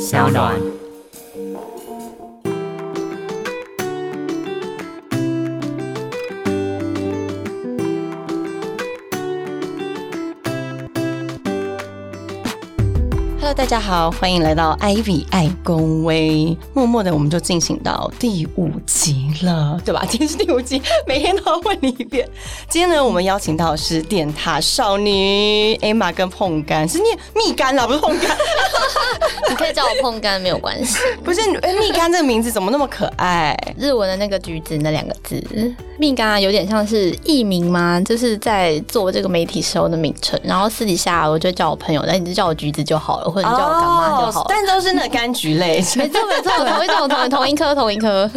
小暖。 Hello，大家好，欢迎来到 Ivy 爱公微。默默的，我们就进行到第五集了，对吧？ 今天是第五集，每天都要问你一遍。今天呢，我们邀请到的是电塔少女 Emma 跟碰干，是念蜜柑啊啦，不是碰干。 你可以叫我碰干没有关 系。不是，哎，蜜柑这个名字怎么那么可爱？日文的那个橘子那两个字，蜜柑啊有点像是艺名吗？就是在做这个媒体时候的名称。然后私底下我就叫我朋友，那你就叫我橘子就好了，或者你叫我干妈就好哦了。但都是那柑橘 类，没错 没错，我同一种同同一颗同一颗。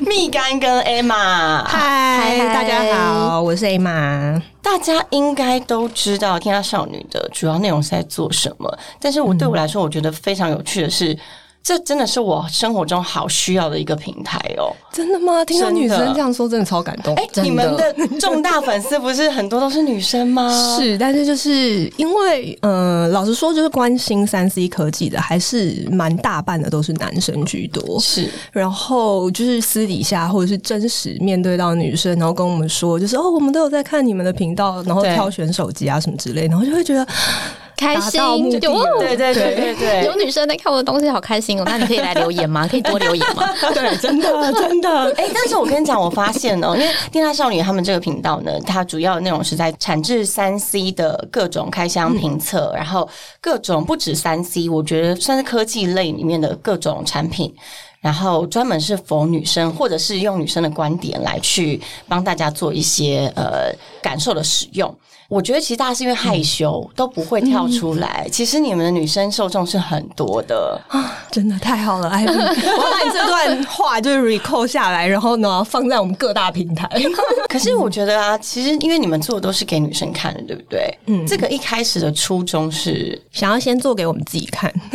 蜜柑跟 Emma。嗨嗨大家好，我是 Emma。大家应该都知道《天下少女》的主要内容是在做什么，但是我对我来说，我觉得非常有趣的是，这真的是我生活中好需要的一个平台哦。真的吗？听到真的女生这样说，真的超感动。哎、你们的重大粉丝不是很多都是女生吗？是，但是就是因为，呃，老实说，就是关心三 C 科技的，还是蛮大半的都是男生居多。是，然后就是私底下或者是真实面对到女生，然后跟我们说，就是哦，我们都有在看你们的频道，然后对挑选手机啊什么之类，然后就会觉得开达心到目，的有了对对对对有 对。女生在看我的东西，好开心哦。那你可以来留言吗？可以多留言 吗？对，真的真的，哎、但是我跟你讲，我发现哦、因为《电塔少女》他们这个频道呢，它主要的内容是在产制三 C 的各种开箱评测，嗯然后各种不止三 C，我觉得算是科技类里面的各种产品，然后专门是否女生，或者是用女生的观点来去帮大家做一些呃感受的使用。我觉得其实大家是因为害羞、嗯都不会跳出来，其实你们的女生受众是很多的，真的太好了，艾米，我要把你这段话就是 recall 下来，然后呢放在我们各大平台。 可是我觉得啊，其实因为你们做的都是给女生看的，对不对？嗯，这个一开始的初衷是 想要先做给我们自己看，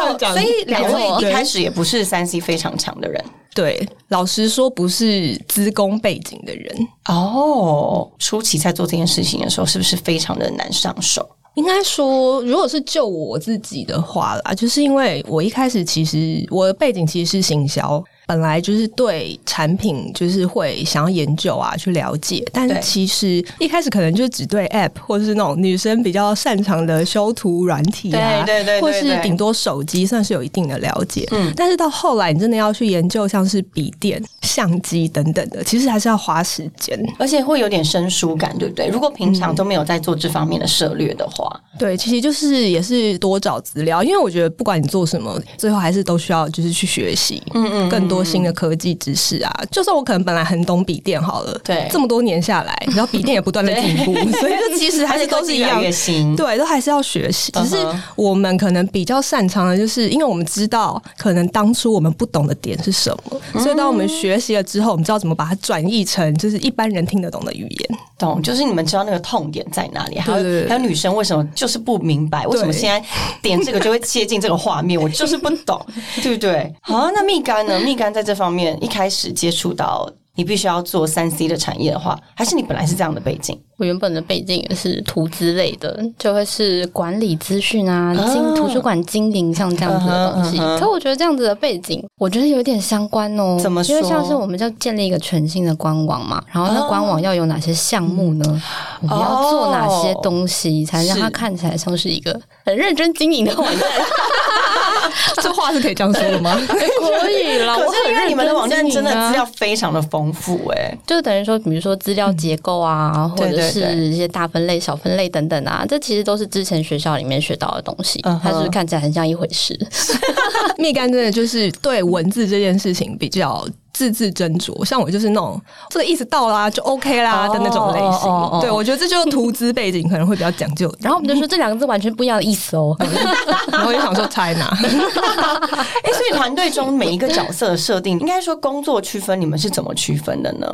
这样讲哦所以两没错位一对开始也不是三 C 非常强的人对，老实说不是资工背景的人，哦。初期在做这件事情的时候，是不是非常的难上手？应该说，如果是就我自己的话啦，就是因为我一开始其实我的背景其实是行销，本来就是对产品就是会想要研究啊，去了解。但是对其实一开始可能就只对 App 或者是那种女生比较擅长的修图软体啊，对对对对或是对顶多手机算是有一定的了解。嗯嗯，但是到后来你真的要去研究像是笔电、相机等等的，其实还是要花时间。而且会有点生疏感，对不对？如果平嗯常都没有在做这方面的涉略的话，对，其实就是也是多找资料，因为我觉得不管你做什么，最后还是都需要就是去学习，嗯嗯，更多新的科技知识啊。就算我可能本来很懂笔电好了，对这么多年下来，然后笔电也不断的进步， 所以就其实还是都是 而且科技一越来样越新。对，都还是要学习。只是嗯哼我们可能比较擅长的，就是因为我们知道，可能当初我们不懂的点是什么，嗯所以当我们学习了之后，我们知道怎么把它转译成就是一般人听得懂的语言。懂，就是你们知道那个痛点在哪里，还有对对对还有女生为什么就是不明白，为什么现在点这个就会切进这个画面，我就是不 懂，对不对？好，那蜜柑呢？蜜柑在这方面一开始接触到你必须要做三 C 的产业的话，还是你本来是这样的背景？我原本的背景也是图资类的，就会是管理资讯啊，啊经图书馆经营像这样子的东西。嗯哼嗯哼可我觉得这样子的背景，我觉得有点相关哦。怎么说哦因为像是我们要建立一个全新的官网嘛，然后那官网要有哪些项目呢？我们要做哪些东西，才让嗯它是看起来像是一个很认真经营的网站？ 这话是可以这样说的吗？可以啊啦，可我是因很为认你们的网站真真经的营啊资料非常的丰富、 哎，就等于说，比如说资料结构啊，或对者对是对一些大分类、小分类等等啊，这其实都是之前学校里面学到的东西，嗯哼它就是看起来很像一回事。蜜柑真的就是对文字这件事情比较字字斟酌，像我就是那种这个意思到啦就 OK 啦哦的那种类型。哦哦哦对我觉得这就是图资背景可能会比较讲究，然后我们就说这两个字完全不一样的意思哦。 然后就想说 China，哎、所以团队中每一个角色的设定，应该说工作区分，你们是怎么区分的呢？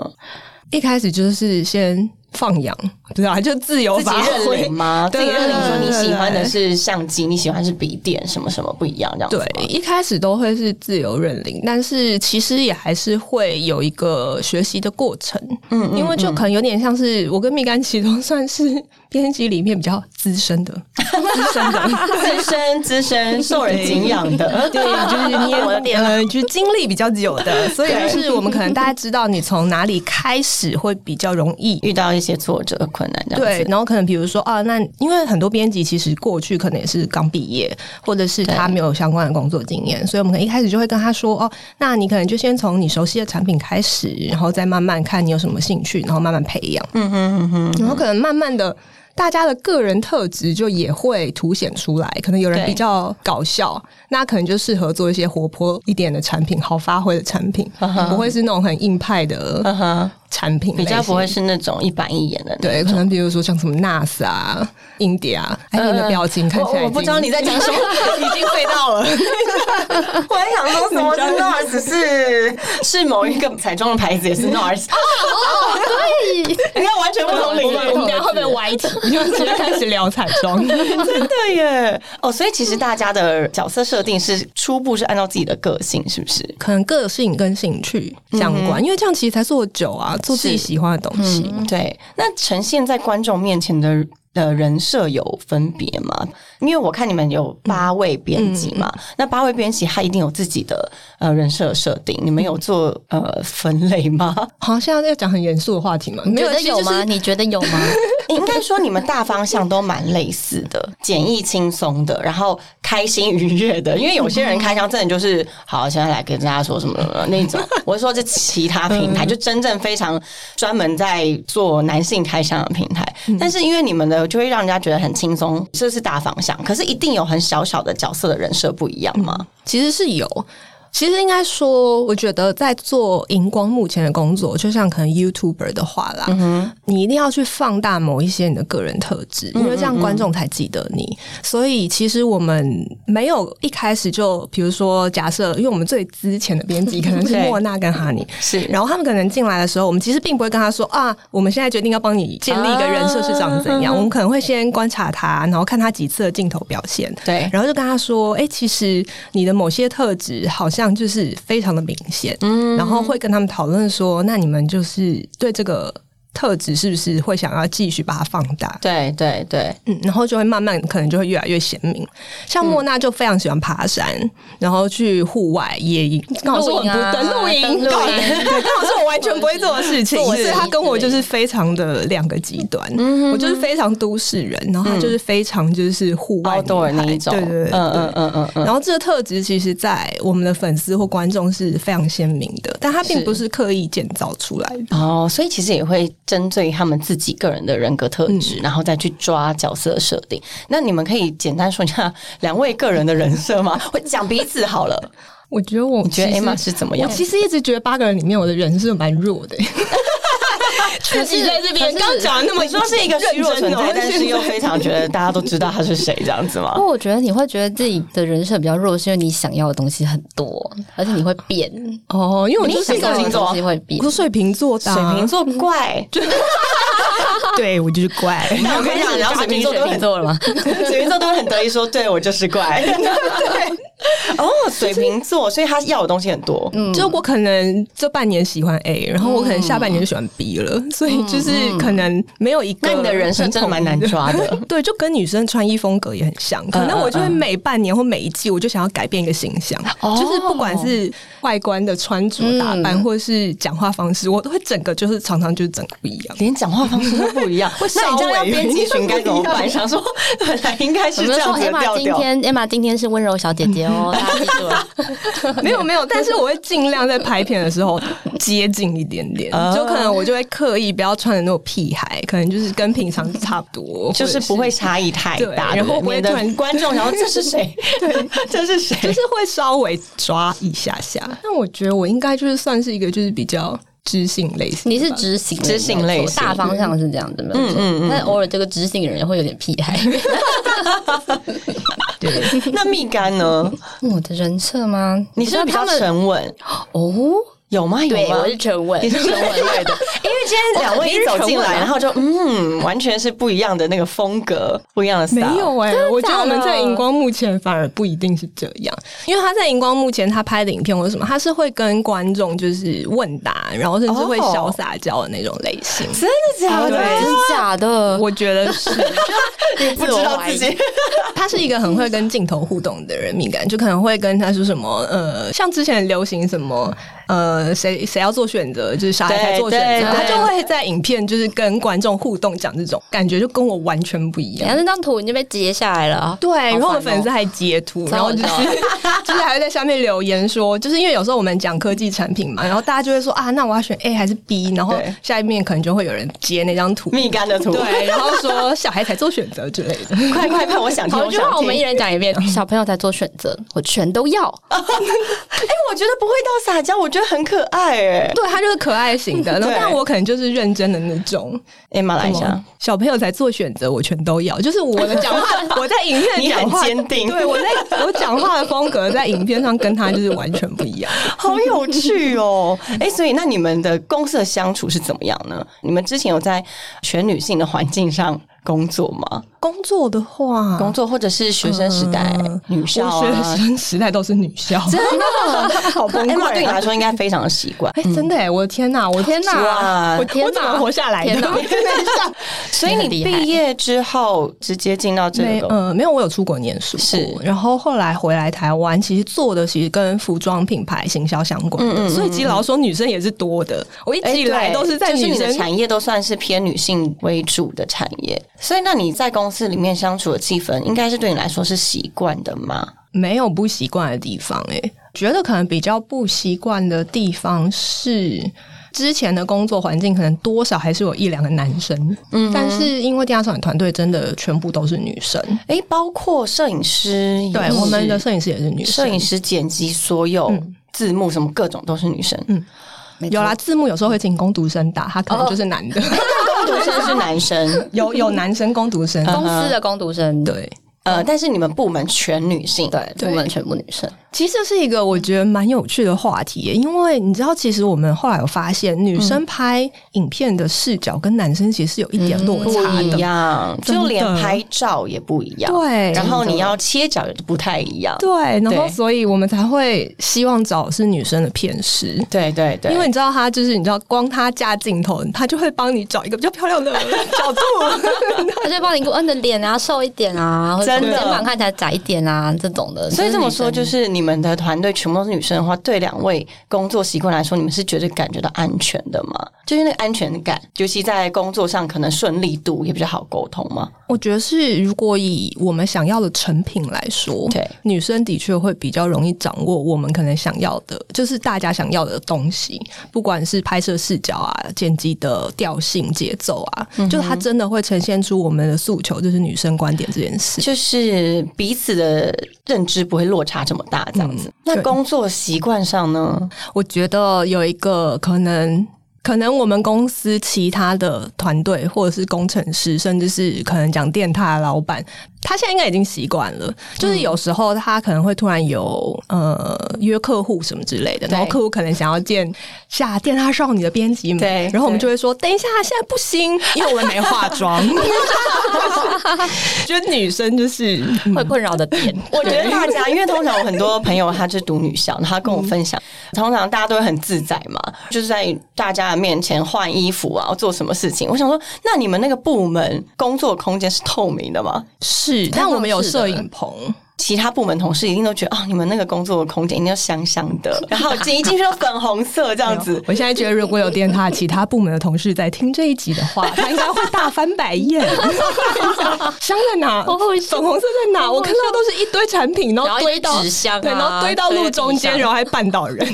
一开始就是先放养，对啊，就自由自己发认挥领。吗？自对己认领说对对你对喜欢的对是相机，你喜欢是笔电，什么什么不一样这样子吗。对，一开始都会是自由认领，但是其实也还是会有一嗯个学习的过程。嗯因为就可能有点像是我跟蜜柑其实都算是编辑里面比较资深的，资深的，资深资深受人敬仰 的，对，就是你我的天啊呃，就是经历比较久的，所以就是我们可能大家知道你从哪里开始会比较容易遇到一些挫折困难这样对子，，然后可能比如说啊，那因为很多编辑其实过去可能也是刚毕业，或者是他没有相关的工作经验，所以我们可能一开始就会跟他说哦，那你可能就先从你熟悉的产品开始，然后再慢慢看你有什么兴趣，然后慢慢培养，嗯哼嗯哼，然后可能慢慢的。大家的个人特质就也会凸显出来，可能有人对比较搞笑，那可能就适合做一些活泼一点的产品，好发挥的产 品，不会是那种很硬派的嗯哼，产品类比型，较不会是那种一板一眼的那对，可种。能比如说像什么 NAS 啊、India，啊哎，你的表情看起来已呃我我经不知道你在讲 什么，已经飞到了。我还想说什么是 NARS 是是某一个彩妆的牌子，也是 NARS。对，哦你看完全不同领域，我们等一下会不会歪题？ 就直接开始聊彩妆，真的耶！哦，所以其实大家的角色设定是初步是按照自己的个性，是不是？可能个性跟兴趣相嗯关，因为这样其实才做久啊，做自己喜欢的东西。对，那呈现在观众面前的呃人设有分别吗？因为我看你们有八位编辑嘛，那八位编辑他一定有自己的呃人设设定，你们有做呃分类吗？好，现在要讲很严肃的话题嘛，没觉得其实有就是吗？你觉得有吗？应该说你们大方向都蛮类似的，简易轻松的，然后开心愉悦的。因为有些人开箱真的就是好，现在来跟大家说什么什么那种。我是说这其他平嗯台，就真正非常专门在做男性开箱的平台。嗯但是因为你们的就会让人家觉得很轻松，这是大方向。可是一定有很小小的角色的人设不一样吗？其实是有。其实应该说，我觉得在做荧光幕前的工作，就像可能 YouTuber 的话啦，你一定要去放大某一些你的个人特质，因为这样观众才记得你。所以其实我们没有一开始就，比如说假设，因为我们最之前的编辑可能是对莫娜跟哈尼，是然后他们可能进来的时候，我们其实并不会跟他说啊，我们现在决定要帮你建立一个人设是长怎样，我们可能会先观察他，然后看他几次的镜头表现，对然后就跟他说：“哎、其实你的某些特质好像就是非常的明显。”嗯，然后会跟他们讨论说：“那你们就是对这个特质是不是会想要继续把它放大对对对，？”嗯，然后就会慢慢可能就会越来越鲜明。像莫娜就非常喜欢爬山，然后去户外野营，刚好是我很不对露露营营啊，对登刚露好营对刚好是我完全不会做的事情，做所事以他跟我就是非常的两个极端。我就是非常都市人，然后他就是非常就是户外凹女多孩人那一种，对对对，对嗯嗯嗯嗯嗯，然后这个特质其实，在我们的粉丝或观众是非常鲜明的，但它并不是刻意建造出来的。哦，所以其实也会针对他们自己个人的人格特质，然后再去抓角色设定。那你们可以简单说一下两位个人的人设吗？我讲彼此好了。我觉得我你觉得其实 Emma 是怎么我样？其实一直觉得八个人里面，我的人设蛮弱的。欸自己在这边刚讲的那么你说是一个虚弱存在，但是又非常觉得大家都知道他是谁这样子吗 不？过我觉得你会觉得自己的人设比较弱，是因为你想要的东西很多，而且你会变，哦，因为我你就是想一要个的星座东西会变我。是水瓶座的水啊，瓶座怪，对我就是怪。但我跟你讲，然后水瓶座都水瓶很座了吗？ 水瓶座都会很得意说，对我就是怪。哦，水瓶座，所以他要的东西很多。就我可能这半年喜欢 A，然后我可能下半年就喜欢 B 了，所以就是可能没有一个。那你的人设真的蛮难抓的。嗯对，就跟女生穿衣风格也很像。可能我就会每半年或每一季，我就想要改变一个形象，哦嗯就是不管是外观的穿着打扮，或者是讲话方式，我都会整个就是常常就是整个不一 样。连讲话方式都不一样。那你这样要编辑群该怎么办？想说本来应该我是们这就样说子的 Emma 调今调。天 Emma 今天是温柔小姐姐哦，大家记住 了。没有没有，但是我会尽量在拍片的时候 接近一点点，哦就可能我就会刻意不要穿的那种屁孩，可能就是跟平常差不多，就是或者不会差异太大，对然对不对后不会免得突然观众然后这是谁？对， 这是谁？ 就是会稍微抓一下下。但我觉得我应该就是算是一个就是比较知性类型的吧，你是执行人执行类没错型嗯大方向是这样的，没有错。但偶尔这个执行人也会有点屁 孩。那蜜柑呢？我的人设吗？你是不是比较我觉得他们沉稳？哦？有吗？有对，吗哦我？是沉稳你。是沉稳类的，因为啊今天两位一走进啊来，然后就嗯，完全是不一样的那个风格，不一样的 style。没有哎、的我觉得假我们在的荧光幕前反而不一定是这样，因为他在荧光幕前他拍的影片或者什么，他是会跟观众就是问答，然后甚至会哦小撒娇的那种类型。真的假的？对真假的？ 我觉得是，你不知道自己他是一个很会跟镜头互动的人，敏感就可能会跟他说什么，呃，像之前流行什么，呃，谁谁要做选择，就是小孩才做选择，对对他就会在影片就是跟观众互动讲这种感觉，就跟我完全不等一一下样。那张图你就被截下来了。对，然后我好们烦哦粉丝还截图，然后就是 超好笑就是还会在下面留言说，就是因为有时候我们讲科技产品嘛，然后大家就会说啊，那我要选 A 还是 B，然后对下面可能就会有人截那张图，蜜柑的图，对，然后说小孩才做选择之类的。 快快快，我想听，好，我就想让我们一听。人讲一遍。小朋友在做选择，我全都要。哎，我觉得不会到撒娇，我觉得很可爱哎。 对他就是可爱型 的，然后对但我可能就是认真的那种，哎，马来西什亚么，小朋友才做选择，我全都要。就是我的 讲话，我在影片你讲很话坚定对我在我讲话的风格在影片上跟他就是完全不一样。好有趣哦！ 哎，所以那你们的公司的相处是怎么样呢？你们之前有在全女性的环境上工作吗？工作的 话，工作或者是学生时代嗯女校我学 啊？生时代都是女校，真的好崩哎，那对溃你啊。来说应该非常的习惯。 哎，真的哎，我的天哪，我的天哇哪，我天我哪怎么活下来的天？哪 所以你你很厉害毕业之后直接进到这没，个呃，没有，我有出国念书过是然后后来回来台湾，其实做的其实跟服装品牌行销相关嗯的，所以其实老实说女生也是多的。我一哎直以来对都是在就是女你的生产业都算是偏女性为主的产业，所以那你在公司里面相处的气氛，应该是对你来说是习惯的吗？没有不习惯的地方、欸，觉得可能比较不习惯的地方是。之前的工作环境可能多少还是有一两个男生，嗯，但是因为电商团队真的全部都是女生，诶，哎包括摄影师也是，对，我们的摄影师也是女生，嗯摄影师、剪辑，所有字幕什么各种都是女 生，有啦，字幕有时候会请工读生打，他可哦能就是男的， 工读生是男生，有有男生工读嗯生，公司的工读生，对，呃，但是你们部门全女性，对，嗯对部门全部女生。其实这是一个我觉得蛮有趣的话题耶，因为你知道，其实我们后来有发现，女生拍影片的视角跟男生其实是有一点落嗯不差一的。样，真的就连拍照也不一样，对然后你要切角也不太一样，对，然后对所以我们才会希望找是女生的片师，对对对，因为你知道她就是你知道，光她架镜头，她就会帮你找一个比较漂亮的角度。 他就帮你顾嗯你的脸啊瘦一点啊，或者真的肩膀看起来窄一点啊这种的。所以这么说，就是是你们的团队全部都是女生的话，对两位工作习惯来说，你们是绝对感觉到安全的吗？就是那个安全感，尤其在工作上可能顺利度也比较好沟通嘛。我觉得是，如果以我们想要的成品来说，对女生的确会比较容易掌握我们可能想要的，就是大家想要的东西，不管是拍摄视角啊、剪辑的调性、节奏啊，就它真的会呈现出我们的诉求，就是女生观点这件事。就是彼此的认知不会落差这么大，这样子。那工作习惯上呢？我觉得有一个可能，可能我们公司其他的团队或者是工程师，甚至是可能讲电塔老板，他现在应该已经习惯了。就是有时候他可能会突然有呃约客户什么之类的，对然后客户可能想要见下电塔少女的编辑们，对然后我们对就会说等一下，现在不行，因为我们没化妆。 觉得女生就是会困扰的点。我觉得大家，因为通常我很多朋友他是读女校，然后他跟我分享，通常大家都会很自在嘛，就是在大家的面前换衣服啊，做什么事情。我想说，那你们那个部门工作空间是透明的吗？是，但我们有是的摄影棚。其他部门同事一定都觉得，哦，你们那个工作空间一定要香香的，然后进一进去都粉红色这样子。 我现在觉得，如果有电塔其他部门的同事在听这一集的 话，他应该会大翻白眼。 香在哪？好好笑粉红色在哪？我看到都是一堆产品，然然后后堆到一堆纸箱啊对，然后堆到路中堆在间，地上然后还绊 倒人。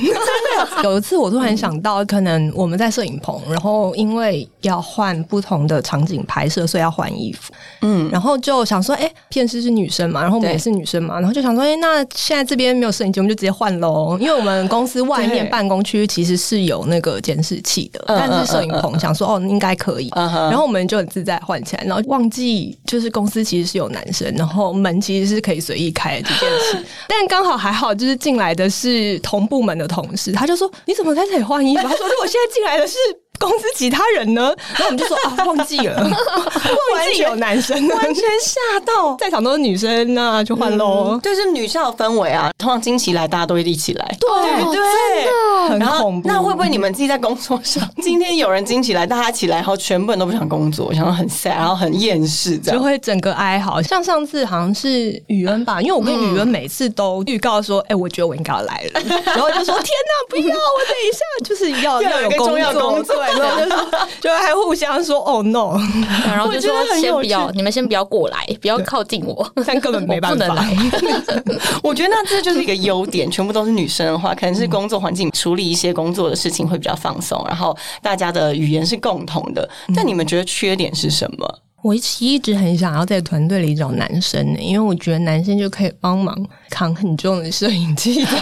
有一次，我突然想到，可能我们在摄影棚，然后因为要换不同的场景拍摄，所以要换衣服。嗯，然后就想说，哎、片师是女生嘛，然后我们对也是女生嘛，然后就想说，哎、那现在这边没有摄影机，我们就直接换喽，因为我们公司外面对办公区其实是有那个监视器的，嗯但是摄影棚想说，哦，应该可以。嗯哼然后我们就很自在换起来，然后忘记就是公司其实是有男生，然后门其实是可以随意开的这件 事，但刚好还好，就是进来的是同部门的同事，他就说你怎么在这里换衣服？他说如果现在进来的是公司其他人呢？然后我们就说啊，忘记 了，忘记有男生了，完全嗯吓到。在场都是女生，那就换喽。就是女校氛围啊，通常惊奇来，大家都会一起来。对对，很然后恐怖。那会不会你们自己在工作 上，今天有人惊起来，大家起来，然后全部人都不想工作，想要很 sad，然后很厌世这就样？会整个哀嚎，像上次好像是雨 恩吧，因为我跟雨恩每次都预告嗯说，哎、我觉得我应该要来了， 然后我就说天哪，不要，我等一下就是要 要有有一个重要工作作，对，然后 就说就还互相说哦 no， 然后就我觉说得很先有不要，趣你们先不要过来，不要靠近我，但 根本没我不办能法来。我觉得那这就是一个优点，全部都是女生的话，可能是工作环境处理一些工作的事情会比较放松，然后大家的语言是共同的。但你们觉得缺点是什么？ 我其实一直很想要在团队里找男生呢、因为我觉得男生就可以帮忙扛很重的摄影 器材。，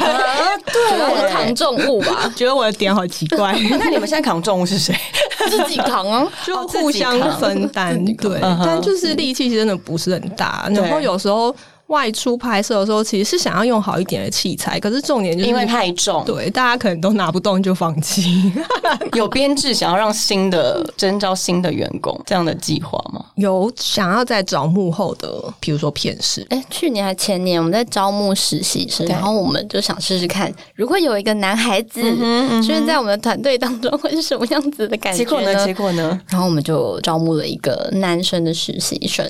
主要是扛重物吧 觉得我的点好奇怪， 那你们现在扛重物是谁？自己扛啊。 哦就互相分担，对，嗯哼但就是力气真的不是很大。然后对有时候外出拍摄的时候，其实是想要用好一点的器材，可是重点就 是因为太 重，对大家可能都拿不动就放弃。 有编制想要让新的征召新的员工这样的计划吗？有想要再找幕后的，比如说片师，哎，去年还前年，我们在招募实习生，对然后我们就想试试看，如果有一个男孩子出现在我们的团队当中，会是什么样子的感觉结果呢？呢结？果呢？然后我们就招募了一个男生的实习生，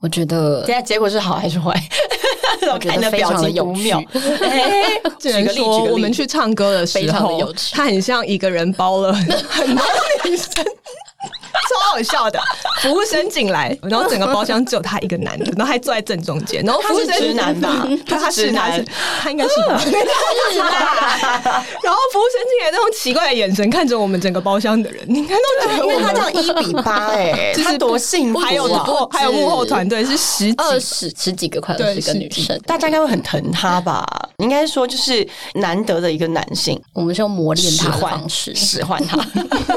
我觉得呃现在结果是好还是坏？ 我觉得看你的非常表的情有不妙趣。 哎只举能个例，说举个我们例。去唱歌的时非常的候有，趣他很像一个人包了 很多女生，超好笑的。服务生进来，然后整个包厢只有他一个男的，然后还坐在正中间，然后他服务是生直男吧他他他是直是他是男嗯他应该是吧？是吧？ 然后服务生进来那种奇怪的眼神看着我们整个包厢的人，你看都觉因得为我他们 这样一比八，哎，就是他多幸福啊！还有幕后还有幕后团队是十几二十十几个，快二对十个女十几生，大家应该会很疼他吧？应该说就是难得的一个男性，我们是用磨练使他的唤方式，使唤他。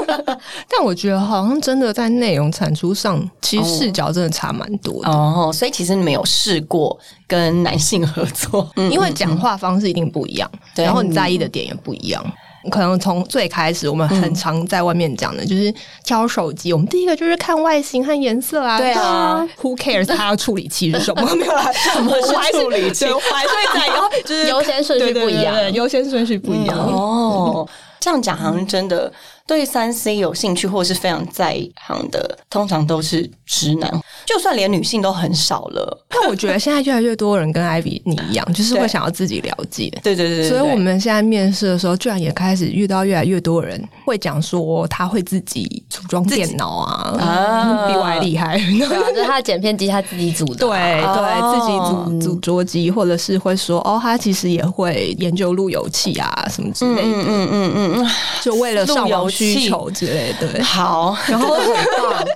但我觉得好像真的在内容产出上，其实视角真的差蛮多 的。哦，所以其实你没有试过跟男性合作，嗯因为讲话方式一定不一样，对然后你在意的点也不一样。可能从最开始，我们很常在外面讲的，嗯就是挑手机。我们第一个就是看外形和颜色啊，对啊，Who cares 它要处理器是什么？没有啦，什么是处理器我还是会在意，然 后就是优先顺序不一样对对对对优先顺序不一样。哦， 这样讲好像真的对三 C 有兴趣或是非常在行的，通常都是直男，就算连女性都很少了。但我觉得现在越来越多人跟 Ivy 你一样，就是对会想要自己了解。对对对对所以对我们现在面试的时候，居然也开始遇到越来越多人会讲说他会自己组装电脑啊，啊 比我还厉害。对啊，就是他的剪片机他自己组的对啊，哦对，自己组组桌机，或者是会说哦，他其实也会研究路由器啊什么之类的，嗯嗯嗯嗯就为了上路由网器需求之类的。嗯，对好。然后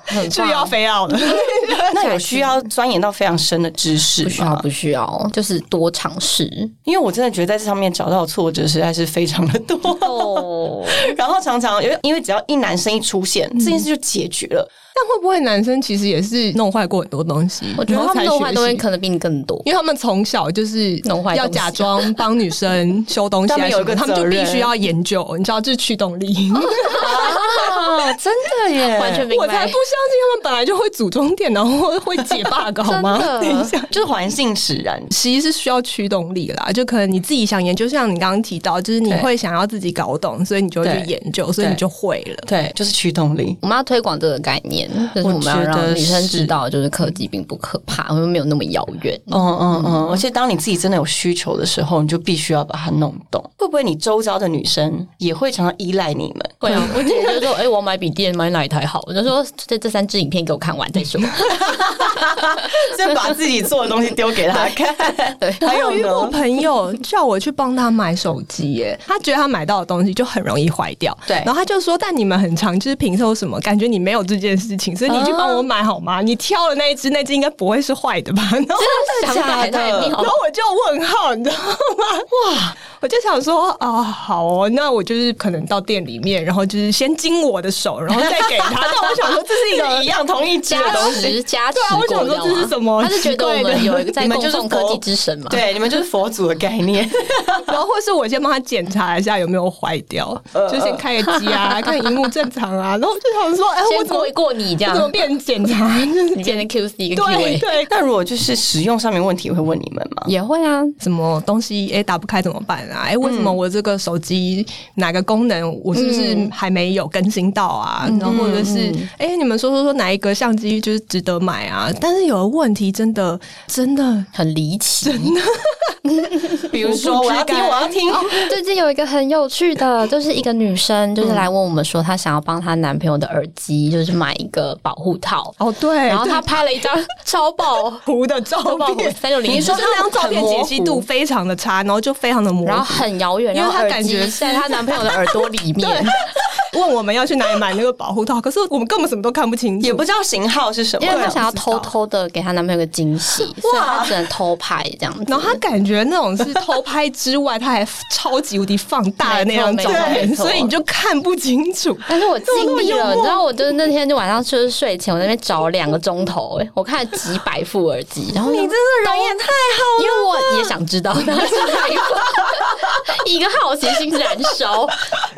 很 就要棒。非要了， 那有需要钻研到非常深的知识不需啊要，吗？不需要，就是多尝试因为我真的觉得在这上面找到挫折实在是非常的多。哦。 然后常常因为因为只要一男生一出现，嗯这件事就解决了。但会不会男生其实也是弄坏过很多东西？我觉得他们然后才弄坏学东西习可能比你更多。因为他们从小就是弄坏东西要假装帮 女生修东西啊他们什么，有一个他们就责任必须要研究，你知道这是驱动 力。啊，真的 耶，完全明我才白不相信他们本来就会组装电脑或会解 bug 好吗？真的 等一下。就是环境使然。其实是需要驱动力啦，就可能你自己想研究，像你刚刚提到，就是你对会想要自己搞懂，所以你就会对去研究，所以你对就会了。对，就是驱动力。 我们要推广这个概念，就是我们要我觉让得女生是知道，就是科技并不可怕，我们没有那么遥远。嗯嗯嗯，而且当你自己真的有需求的时候，你就必须要把它弄懂。会不会你周遭的女生也会常常依赖你 们？会啊，我姐姐就说：“哎、我要买笔电，买哪一台好？”我就说：“这这三支影片给我看完再说。就把自己做的东西丢给他看。对 还我遇过有呢？朋友叫我去帮他买手机，耶，他觉得他买到的东西就很容易坏掉，对然后他就说，但你们很常就是平售什么，感觉你没有这件事情，所以你去帮我买好吗？嗯你挑了那一只，那只应该不会 是坏的吧？然后”想法也太真的假的妙然后我就问号，你知道吗？哇！我就想说啊，好哦，那我就是可能到店里面，然后就是先经我的手，然后再给 他。但我想说这是一是个一样同一支的加东持西。加持对啊我想过说掉这是啊什么他是觉得我奇怪的们有一个在你们共就是同科佛技之神嘛？， 对，你啊们就是佛祖的概念，然后或是我先帮他检查一下有没有坏掉，就先开个机啊，看荧幕正常啊。然后我就想说，哎、我先怎么过一过你这我样怎，么变成检查？就是 你变成 QC 跟 QA 对对，那如果就是使用上面问题，会问你们吗？也会啊，什么东西哎、打不开怎么办啊？哎、为什么我这个手机哪个功能我是不是还没有更新到啊？然后或者是哎、你们说说说哪一个相机就是值得买啊？但是有的问题真的真的很离奇。比如说，我不我知要听，该我要听，最近有一个很有趣的，就是一个女生，就是来问我们说，她想要帮她男朋友的耳机，就是买一个保护套，哦对，然后她拍了一张 超爆糊的照超爆片，三六零，你就说是那张照片解析度非常的差，然后就非常的模糊。然后很遥远，因为然后她耳感机觉是在她男朋友的耳朵 里面， 问我们要去哪里买那个保护套，可是我们根本什么都看不清楚，也不知道型号是什么啊因。为她想要不知偷道偷的给她男朋友个惊喜，所以她只能偷拍这样子然。后他感觉那种是偷拍之外，他还超级无敌放大的那张没照错没片，错所以你就看不清楚。但是我经历这么幽了，默你知道，我就是那天就晚上就是睡前，我在那边找两个钟头、哎，我看了几百副耳机，然后你这人也太好因为我也想知道哪是哪一款，一个好奇心燃烧，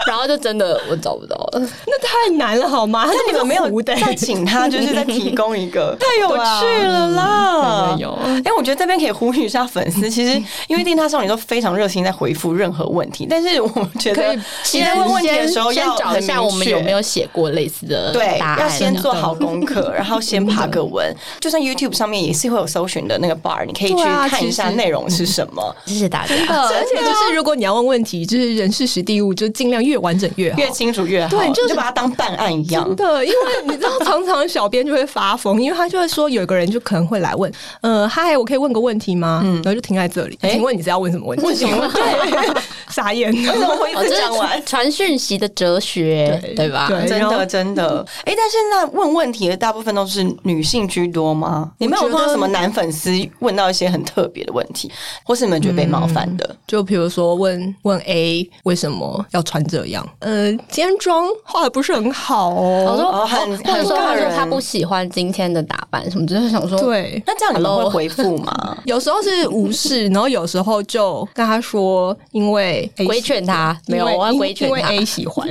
然后就真的我找不到了。那太难了好吗？他那你们没有的、 再请他，就是再提供一个， 太有趣了啦！嗯有哎、我觉得这边可以呼吁一下粉丝，其实因为电塔少女都非常热心在回复任何问题，但是我觉可得以你在问问题的时候先要找一很下我们明确有没有写过类似的对，答案，要先做好功课，然后先爬个文。就算 YouTube 上面也是会有搜寻的那个 bar，你可以去对啊看一下其实内容是什么，谢谢大家。而且就是，如果你要问问题，就是人事实地物，就尽量越完整越好。越清楚越好。对你就是就把它当办案一样 真。的，因为你知道，常常小编就会发疯，因为他就会说，有一个人就可能会来问，呃，嗨，我可以问个问题吗？然后就停在这里。诶嗯请问你是要问什么问题？问什么？ 对，傻眼。为什么会一 哦，直这讲完是？传讯息的哲学，对对吧？对真然后的真的， 哎、但是那问问题的大部分都是女性居多吗？你们有我觉碰到得什么男粉丝问到一些很特别的问题，或是你们觉得被冒犯的？就比如说问问 A 为什么要穿这样？呃，今天妆化的不是很好我哦。说，哦很或者很说个他说人他不喜欢今天的打扮什么，就是想说，对，那这样你们 Hello 会回复 吗？有时候是无 视，然后有时候就跟他说，因为 A 规劝他，没有，因为我要规劝因为他。 A 喜欢，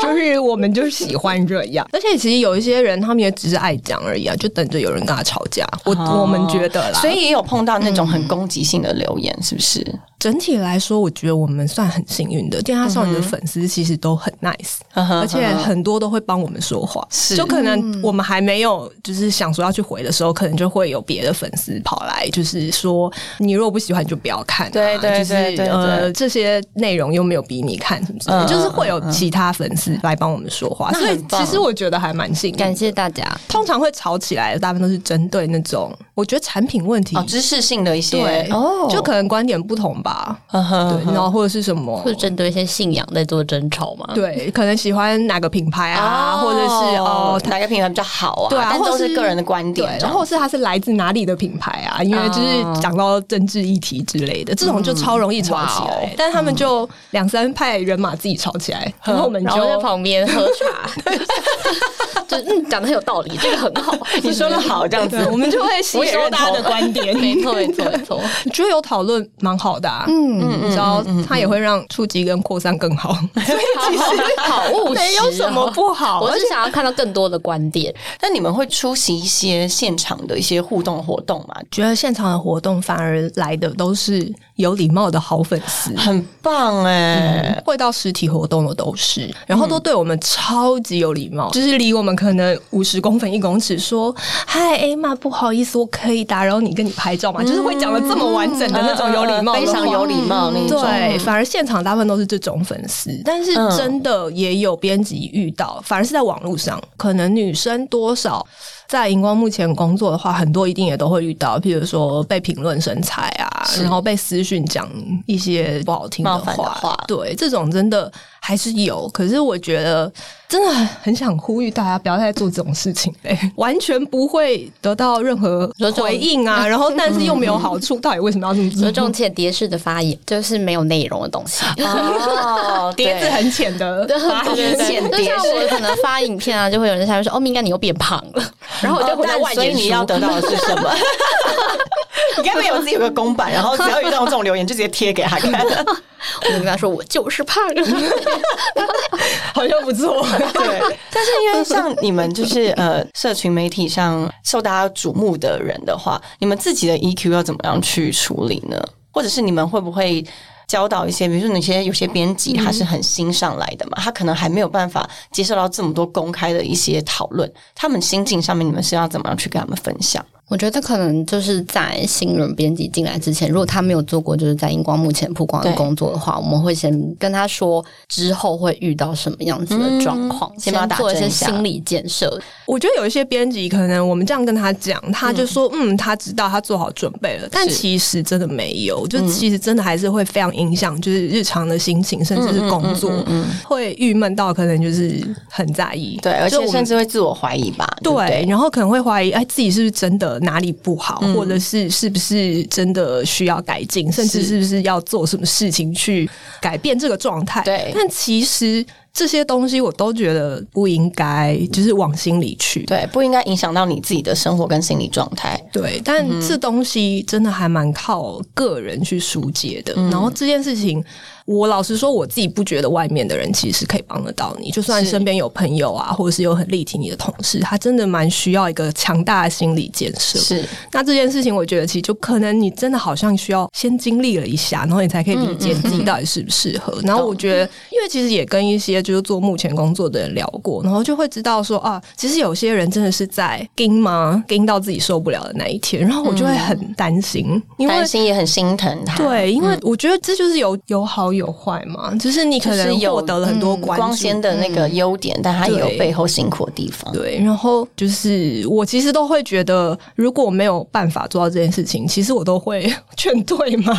就是我们就是喜欢这样。而且其实有一些人，他们也只是爱讲而已啊，就等着有人跟他吵架。我、哦我们觉得啦，所以也有碰到那种很攻击性的留言，是不是？整体来说，我觉得我们算很幸运的。电他少女的粉丝其实都很 nice，、而嗯且很多都会帮我们说话。是就可能我们还没有就是想说要去回的时候，可能就会有别的粉丝跑来，就是说你如果不喜欢就不要看、啊，对对就是对对呃对这些内容又没有比你看什么之类的，嗯就是会有其他粉丝来帮我们说话。那很所以棒其实我觉得还蛮幸运的。感谢大家，通常会吵起来的，大部分都是针对那种我觉得产品问题哦，知识性的一些嗯对，哦，就可能观点不同吧，呵呵对，然后或者是什么会。针对一些信仰在做争吵吗？对，可能喜欢哪个品牌啊，哦或者是哦，哪个品牌比较好啊？对啊，但或都者是个人的观点对，这然样，后是它是来自哪里的品牌啊？因为就是讲到政治议题之类的，这种就超容易吵起哇哦来。但他们就两三派人马自己吵起来，嗯然后我们然就后在旁边喝 茶，就嗯讲的很有道理，这个很 好，你说的好，这样子对，我们就会吸我也认收大家的同观点，没错没错没错，觉得有讨论蛮好的、啊，嗯，你知道，它也会让触及跟扩散更好， 所以好好好务实，哦哦没有什么。不好。我而且是想要看到更多的观点，那你们会出席一些现场的一些互动活动吗？觉得现场的活动反而来的都是有礼貌的好粉丝。很棒哎、会到实体活动的都是，然后都嗯对我们超级有礼貌，就是离我们可能五十公分一公尺，说“嗨，艾玛，不好意思，我可以打扰你，跟你拍照吗？”就是会讲的这么完整的那种有礼貌嗯的非话常有礼貌那一种。嗯对，反而现场大部分都是这种粉丝，但是真的也有编辑遇到，反而是在网络上，可能女生多少在荧光幕前工作的话，很多一定也都会遇到，譬如说被评论身材啊，是然后被私讯讲一些不好听的冒犯的话对，这种真的还是有。可是我觉得真的很想呼吁大家不要再做这种事情、欸， 完全不会得到任何有种回应啊，然后但是又没有好 处，到底为什么要这么有做？这种浅碟式的发言，就是没有内容的东西。 哦，碟对子很浅的发对对言对浅就碟像式我可能发影片啊，就会有人在下面说：“哦，敏感你又变胖了。”然后我就回哦到但外嗯所以言你要书，得到的是什 么？你该不会有自己有个公版，然后只要遇到这种留言就直接贴给他 看？我就跟他说：“我就是胖。 好像不错。对，但是因为像你们就是呃，社群媒体上受大家瞩目的人的话，你们自己的 EQ 要怎么样去处理呢？或者是你们会不会教导一些，比如说有些有些编辑他是很新上来的嘛，他可能还没有办法接受到这么多公开的一些讨论，他们心境上面你们是要怎么样去跟他们分享？”我觉得可能就是在新人编辑进来之前，如果他没有做过就是在荧光幕前曝光的对工作的话，我们会先跟他说之后会遇到什么样子的状况，先帮他打做一针些一下心理建设。我觉得有一些编辑可能我们这样跟他讲，他就说嗯他知道，他做好准备了。但其实真的没有，嗯就其实真的还是会非常影响，就是日常的心情，甚嗯至是工作，会郁闷到可能就是很在意。对，而就且我们甚至会自我怀疑吧，对不对，对嗯然后可能会怀疑，哎，自己是不是真的哪里不好，或者是是不是真的需要改进，甚至是是不是要做什么事情去改变这个状态？对但其实这些东西我都觉得不应该，就是往心里去。对，不应该影响到你自己的生活跟心理状态。对，嗯但这东西真的还蛮靠个人去疏解的。嗯然后这件事情，我老实说，我自己不觉得外面的人其实是可以帮得到你。就算是身边有朋友啊，或者是有很力挺你的同事，他真的蛮需要一个强大的心理建设。是，那这件事情，我觉得其实就可能你真的好像需要先经历了一下，然后你才可以理解自己到底适不适嗯合。然后我觉得，因为其实也跟一些就是做目前工作的人聊过，然后就会知道说啊，其实有些人真的是在盯吗？盯到自己受不了的那一天，然后我就会很担心，因为担心也很心疼他。嗯对，因为我觉得这就是有有好有坏嘛，就是你可就是能有获得了很多嗯关注，嗯光鲜的那个优点，但它也有背后辛苦的地方。对，然后就是我其实都会觉得，如果没有办法做到这件事情，其实我都会劝退嘛。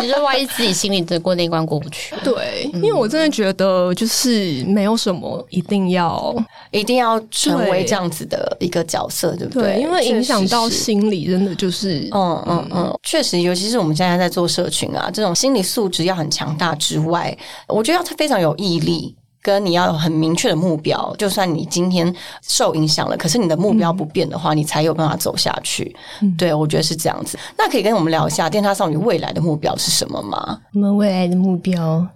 你就万一自己心里的过那一关过不去，对， 因为我真的觉得就是没有什么一定要一定要成为对这样子的一个角色，对不对，因为影响到确实是心理，真的就是哦嗯嗯嗯，确实，尤其是我们现在在做社群啊，这种心理素质要很强大之外，我觉得要非常有毅力。跟你要有很明确的目标，就算你今天受影响了，可是你的目标不变的话，你才有办法走下去。对，我觉得是这样子。那可以跟我们聊一下电塔少女未来的目标是什么吗？我们未来的目标。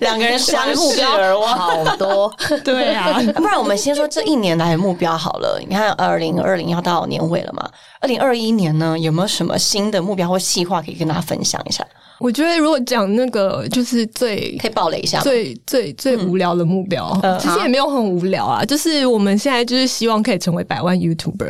两个人相的目视标而望，好多。 对啊，不然我们先说这一年来的目标好了。你看，二零二零要到年尾了嘛？二零二一年呢，有没有什么新的目标或计划可以跟大家分享一下？ 我觉得如果讲那个就是最可以暴雷一下吗？最最最无聊的目标，其实也没有很无聊啊，就是我们现在就是希望可以成为百万 YouTuber，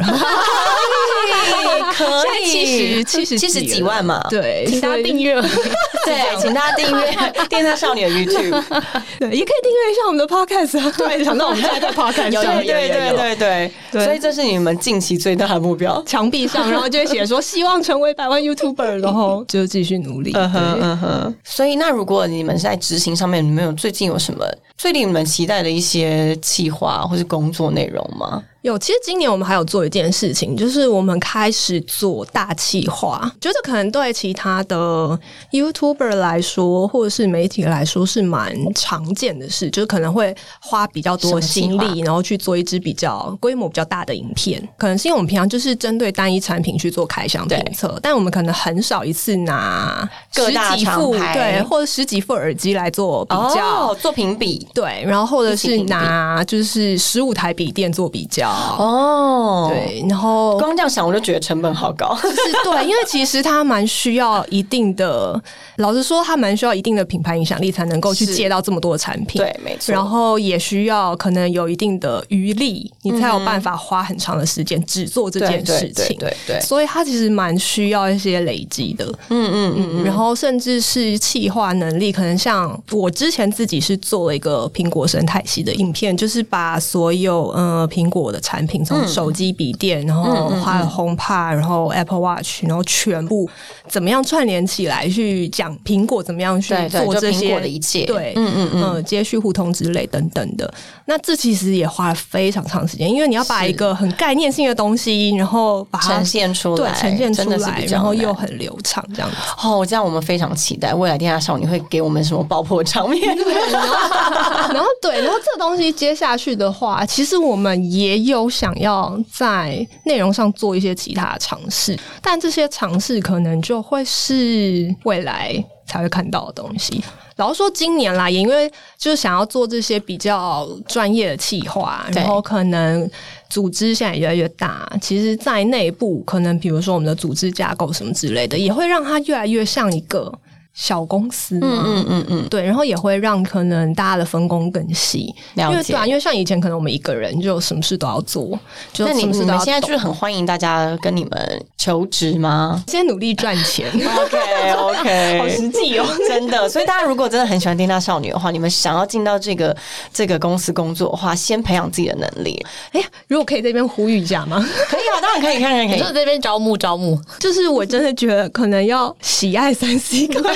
可以， 70 70七十几万嘛？对，请大家所以订阅。对，请大家订 阅《电塔少女》的 YouTube。 对，也可以订阅一下我们的 podcast 啊。突然想到我们现在在 podcast 对上面对对对对，对所以这是你们近期最大的目标。墙壁上，然后就会写说希望成为百万 YouTuber，然后就继续努力。嗯哼对嗯哼，所以那如果你们在执行上面，你们有最近有什么最令你们期待的一些计划或是工作内容吗？有，其实今年我们还有做一件事情，就是我们开始做大企划，觉得可能对其他的 YouTuber 来说，或者是媒体来说是蛮常见的事，就是可能会花比较多什心么企划力，然后去做一支比较规模比较大的影片。可能是因为我们平常就是针对单一产品去做开箱评测，但我们可能很少一次拿各十大几厂副牌对，或者十几副耳机来做比较。哦，作品比对，然后或者一起是评比拿就是十五台笔电做比较， 哦，，对，然后光这样想我就觉得成本好 高。是对，因为其实它蛮需要一定的，老实说，它蛮需要一定的品牌影响力才能够去是借到这么多的产品。对，没错。然后也需要可能有一定的余力，你才有办法花很长的时间只做嗯这对件事情。对对对对所以它其实蛮需要一些累积的，嗯嗯嗯，然后甚至是企划能力，可能像我之前自己是做了一个苹果生态系的影片，就是把所有呃苹果的产品，嗯从手机、笔电，然后花了 HomePod，然后 Apple Watch，然后全部怎么样串联起来去讲苹果怎么样去对对，做就这苹些果的一切，对，嗯嗯嗯，呃，接续互通之类等等的。那这其实也花了非常长时间，因为你要把是一个很概念性的东西，然后把它呈现出对来，呈现出真的是来，比较然后又难很流畅这样子。哦，这样我们非常期待未来电下少女会给我们什么爆破场 面。然后对，然后这东西接下去的话，其实我们也有想要在内容上做一些其他的尝试，但这些尝试可能就会是未来才会看到的东西。老实说，今年啦，也因为就是想要做这些比较专业的企划，对然后可能组织现在越来越大，其实，在内部可能比如说我们的组织架构什么之类的，也会让它越来越像一个小公司嘛。嗯嗯嗯，对，然后也会让可能大家的分工更细，因了为解对啊，因为像以前可能我们一个人就什么事都要做，就那什你么事你都们要现在懂。就是很欢迎大家跟你们求职吗先努力赚 钱， ？OK 好 OK 实际哦。真的，所以大家如果真的很喜欢电大少女的话，你们想要进到这个这个公司工作的话，先培养自己的能力。哎呀，如果可以这边呼吁一下吗？可以啊，当然可以，可 以可以可就是以。这边招募招募，就是我真的觉得可能要喜爱三 C 科技。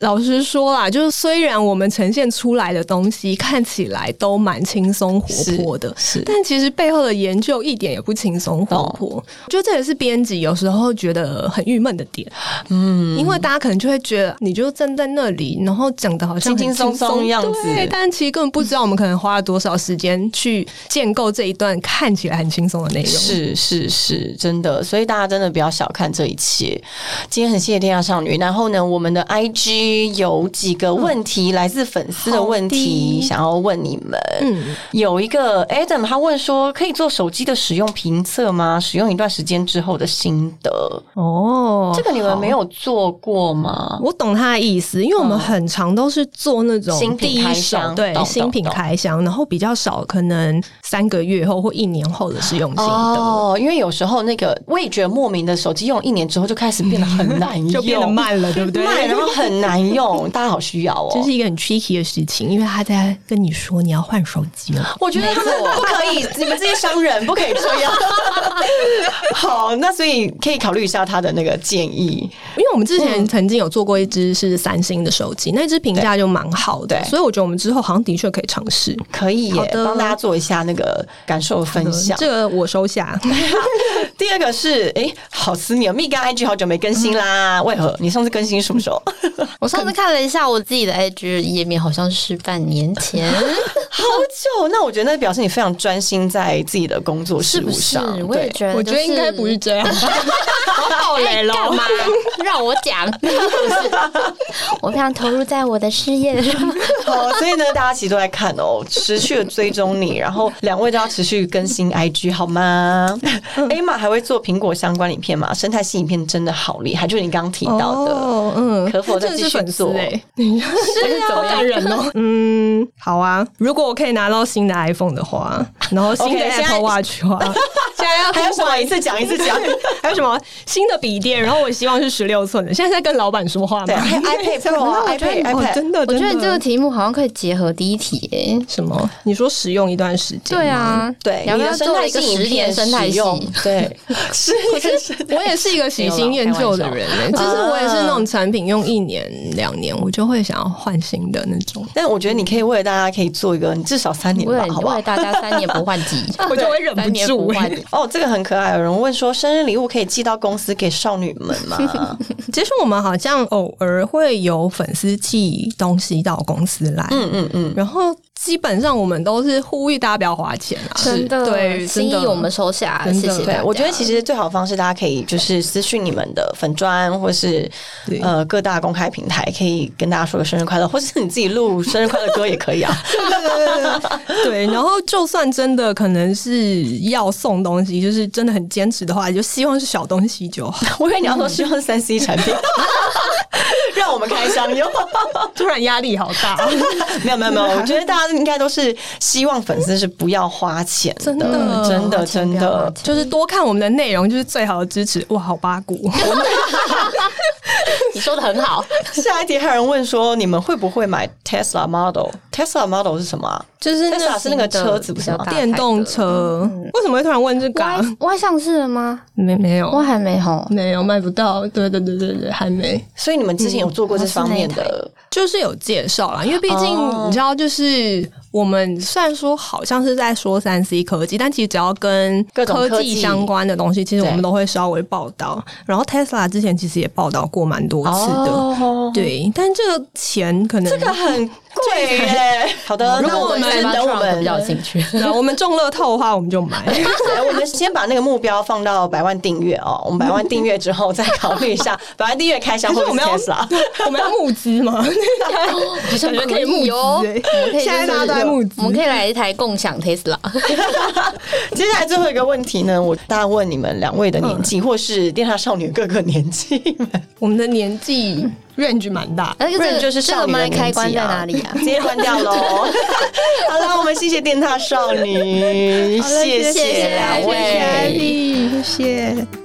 老实说啦，就是虽然我们呈现出来的东西看起来都蛮轻松活泼的，是哦是但其实背后的研究一点也不轻松活泼。我觉得这也是编辑有时候觉得很郁闷的点，嗯，因为大家可能就会觉得你就站在那里，然后讲的好像很轻轻松松松的样子对，但其实根本不知道我们可能花了多少时间去建构这一段看起来很轻松的内容。是是是，真的，所以大家真的不要小看这一切。今天很谢谢天下少女，然后呢，我们的 IG 有几个问题、来自粉丝的问题，好的想要问你们。嗯，有一个 Adam 他问说，可以做手机的使用评测吗？使用一段时间之后的心得，哦，这个你们没有做过吗？我懂他的意思，因为我们很常都是做那种嗯新品第开一手箱对懂新品懂开箱，然后比较少可能三个月后或一年后的使用心得，哦，因为有时候那个我也觉得莫名的手机用一年之后就开始变得 很难用，就变得慢了，对不对？慢，然后很难用，大家好需 要哦。 这是一个很 tricky 的事情，因为他在跟你说你要换手机了。我觉得他们不可以，你们这些商人不可以这样。 好，那所以可以考虑一下他的那个建议。因为我们之前曾经有做过一只是三星的手机，那只评价就蛮好的对，所以我觉得我们之后好像的确可以尝试。可以好耶，的帮大家做一下那个感受分享。嗯这个我收下。第二个是，哎、好思念蜜柑 IG 好久没更新啦，为何？你上次更新什么时候？我上次看了一下我自己的 IG 页面，好像是半年前，好久，那我觉得那表示你非常专心在自己的工作事是务不是上。？我也对觉得、我觉得应该不是 这样吧，暴雷了干嘛？让我讲，不是我非常投入在我的事业上。 好，所以呢，大家其实都在看哦，持续的追踪你，然后两位都要持续更 新 IG 好吗？艾玛还会做苹果相关影片吗？生态系影片真的好厉害，就是你刚刚提到的。哦嗯可否再真的继是续粉丝做欸？ 是啊好感人哦。 嗯，好啊，如果我可以拿到新的 iPhone 的话，然后 新 OK，的哦现在 Apple Watch 的话， 现在要还有什么？一次讲一次 讲，还有什么新的笔电？然后我希望是十六寸的。现在在跟老板说话对，吗？还有 iPad Pro 啊我觉得，iPad 哦 iPad，真的，我觉得真这的个题目好像可以结合第一题耶、什么？你说使用一段时间？对，啊，对，要不你要的生做态一个系影十片年生态使系？用，对， 是是是，我也是一个喜新厌旧的人呢、就是我也是那种产品用一年两年，我就会想要换新的那种，但我觉得你可以为了大家可以做一个，你至少三年为吧，了好不为好了？大家三年不换 季，我就会忍三年不换。哦，这个很可爱。有人问说，生日礼物可以寄到公司给少女们 吗？其实我们好像偶尔会有粉丝寄东西到公司来，嗯嗯嗯，然后基本上我们都是呼吁大家不要花钱啊，真的，对，心真意的我们收下，真谢的谢大对家。我觉得其实最好的方式，大家可以就是私讯你们的粉砖，或是对呃各大公开平台，可以跟大家说个生日快乐，或是你自己录生日快乐歌也可以 啊。对，然后就算真的可能是要送东西，就是真的很坚持的话，就希望是小东西就好。我以为你要说希望三 C 产 品，让我们开箱用。突然压力好大， 没有没有没有，我觉得大家应该都是希望粉丝是不要花钱的，真的 真的真的。就是多看我们的内容，就是最好的支持。哇，好八股，你说的很好，下一题还有人问说，你们会不会买 Tesla Model？Tesla Model 是什么啊？就是那 Tesla 是那个嗯车子不是比吗较？大电动车，为什么会突然问这个啊、我还上市了吗？没没有我还没吼。没有卖不到，对对对对对，还没。所以你们之前有做过这方面的，就是有介绍啦，因为毕竟哦你知道，就是我们虽然说好像是在说三 C 科技，但其实只要跟各种科技科技相关的东西，其实我们对都会稍微报道。然后 Tesla 之前其实也报道过蛮多次的，哦，对。但这个钱可能这个很贵耶、好的，如那果我我们们等我比们较有兴趣，对啊我们中乐透的话，我们就买。 哎我们先把那个目标放到百万订阅哦，我们百万订阅之后再考虑一下，百万订阅开箱可会是不会我们要 Tesla？ 我们要募资吗？好像感觉可以募资哦。我欸们可以现在就是大家都在募资我们可以来一台共享 Tesla。接下来最后一个问题呢，我大问你们两位的年纪，或是电塔少女各个年纪们，我们的年纪 range 蛮大，那不然个就是这少个女的麦年纪、啊、开关在哪里啊直？接关掉喽。好了，我们谢谢电塔少女，好了谢谢谢两谢位。哎谢谢谢谢。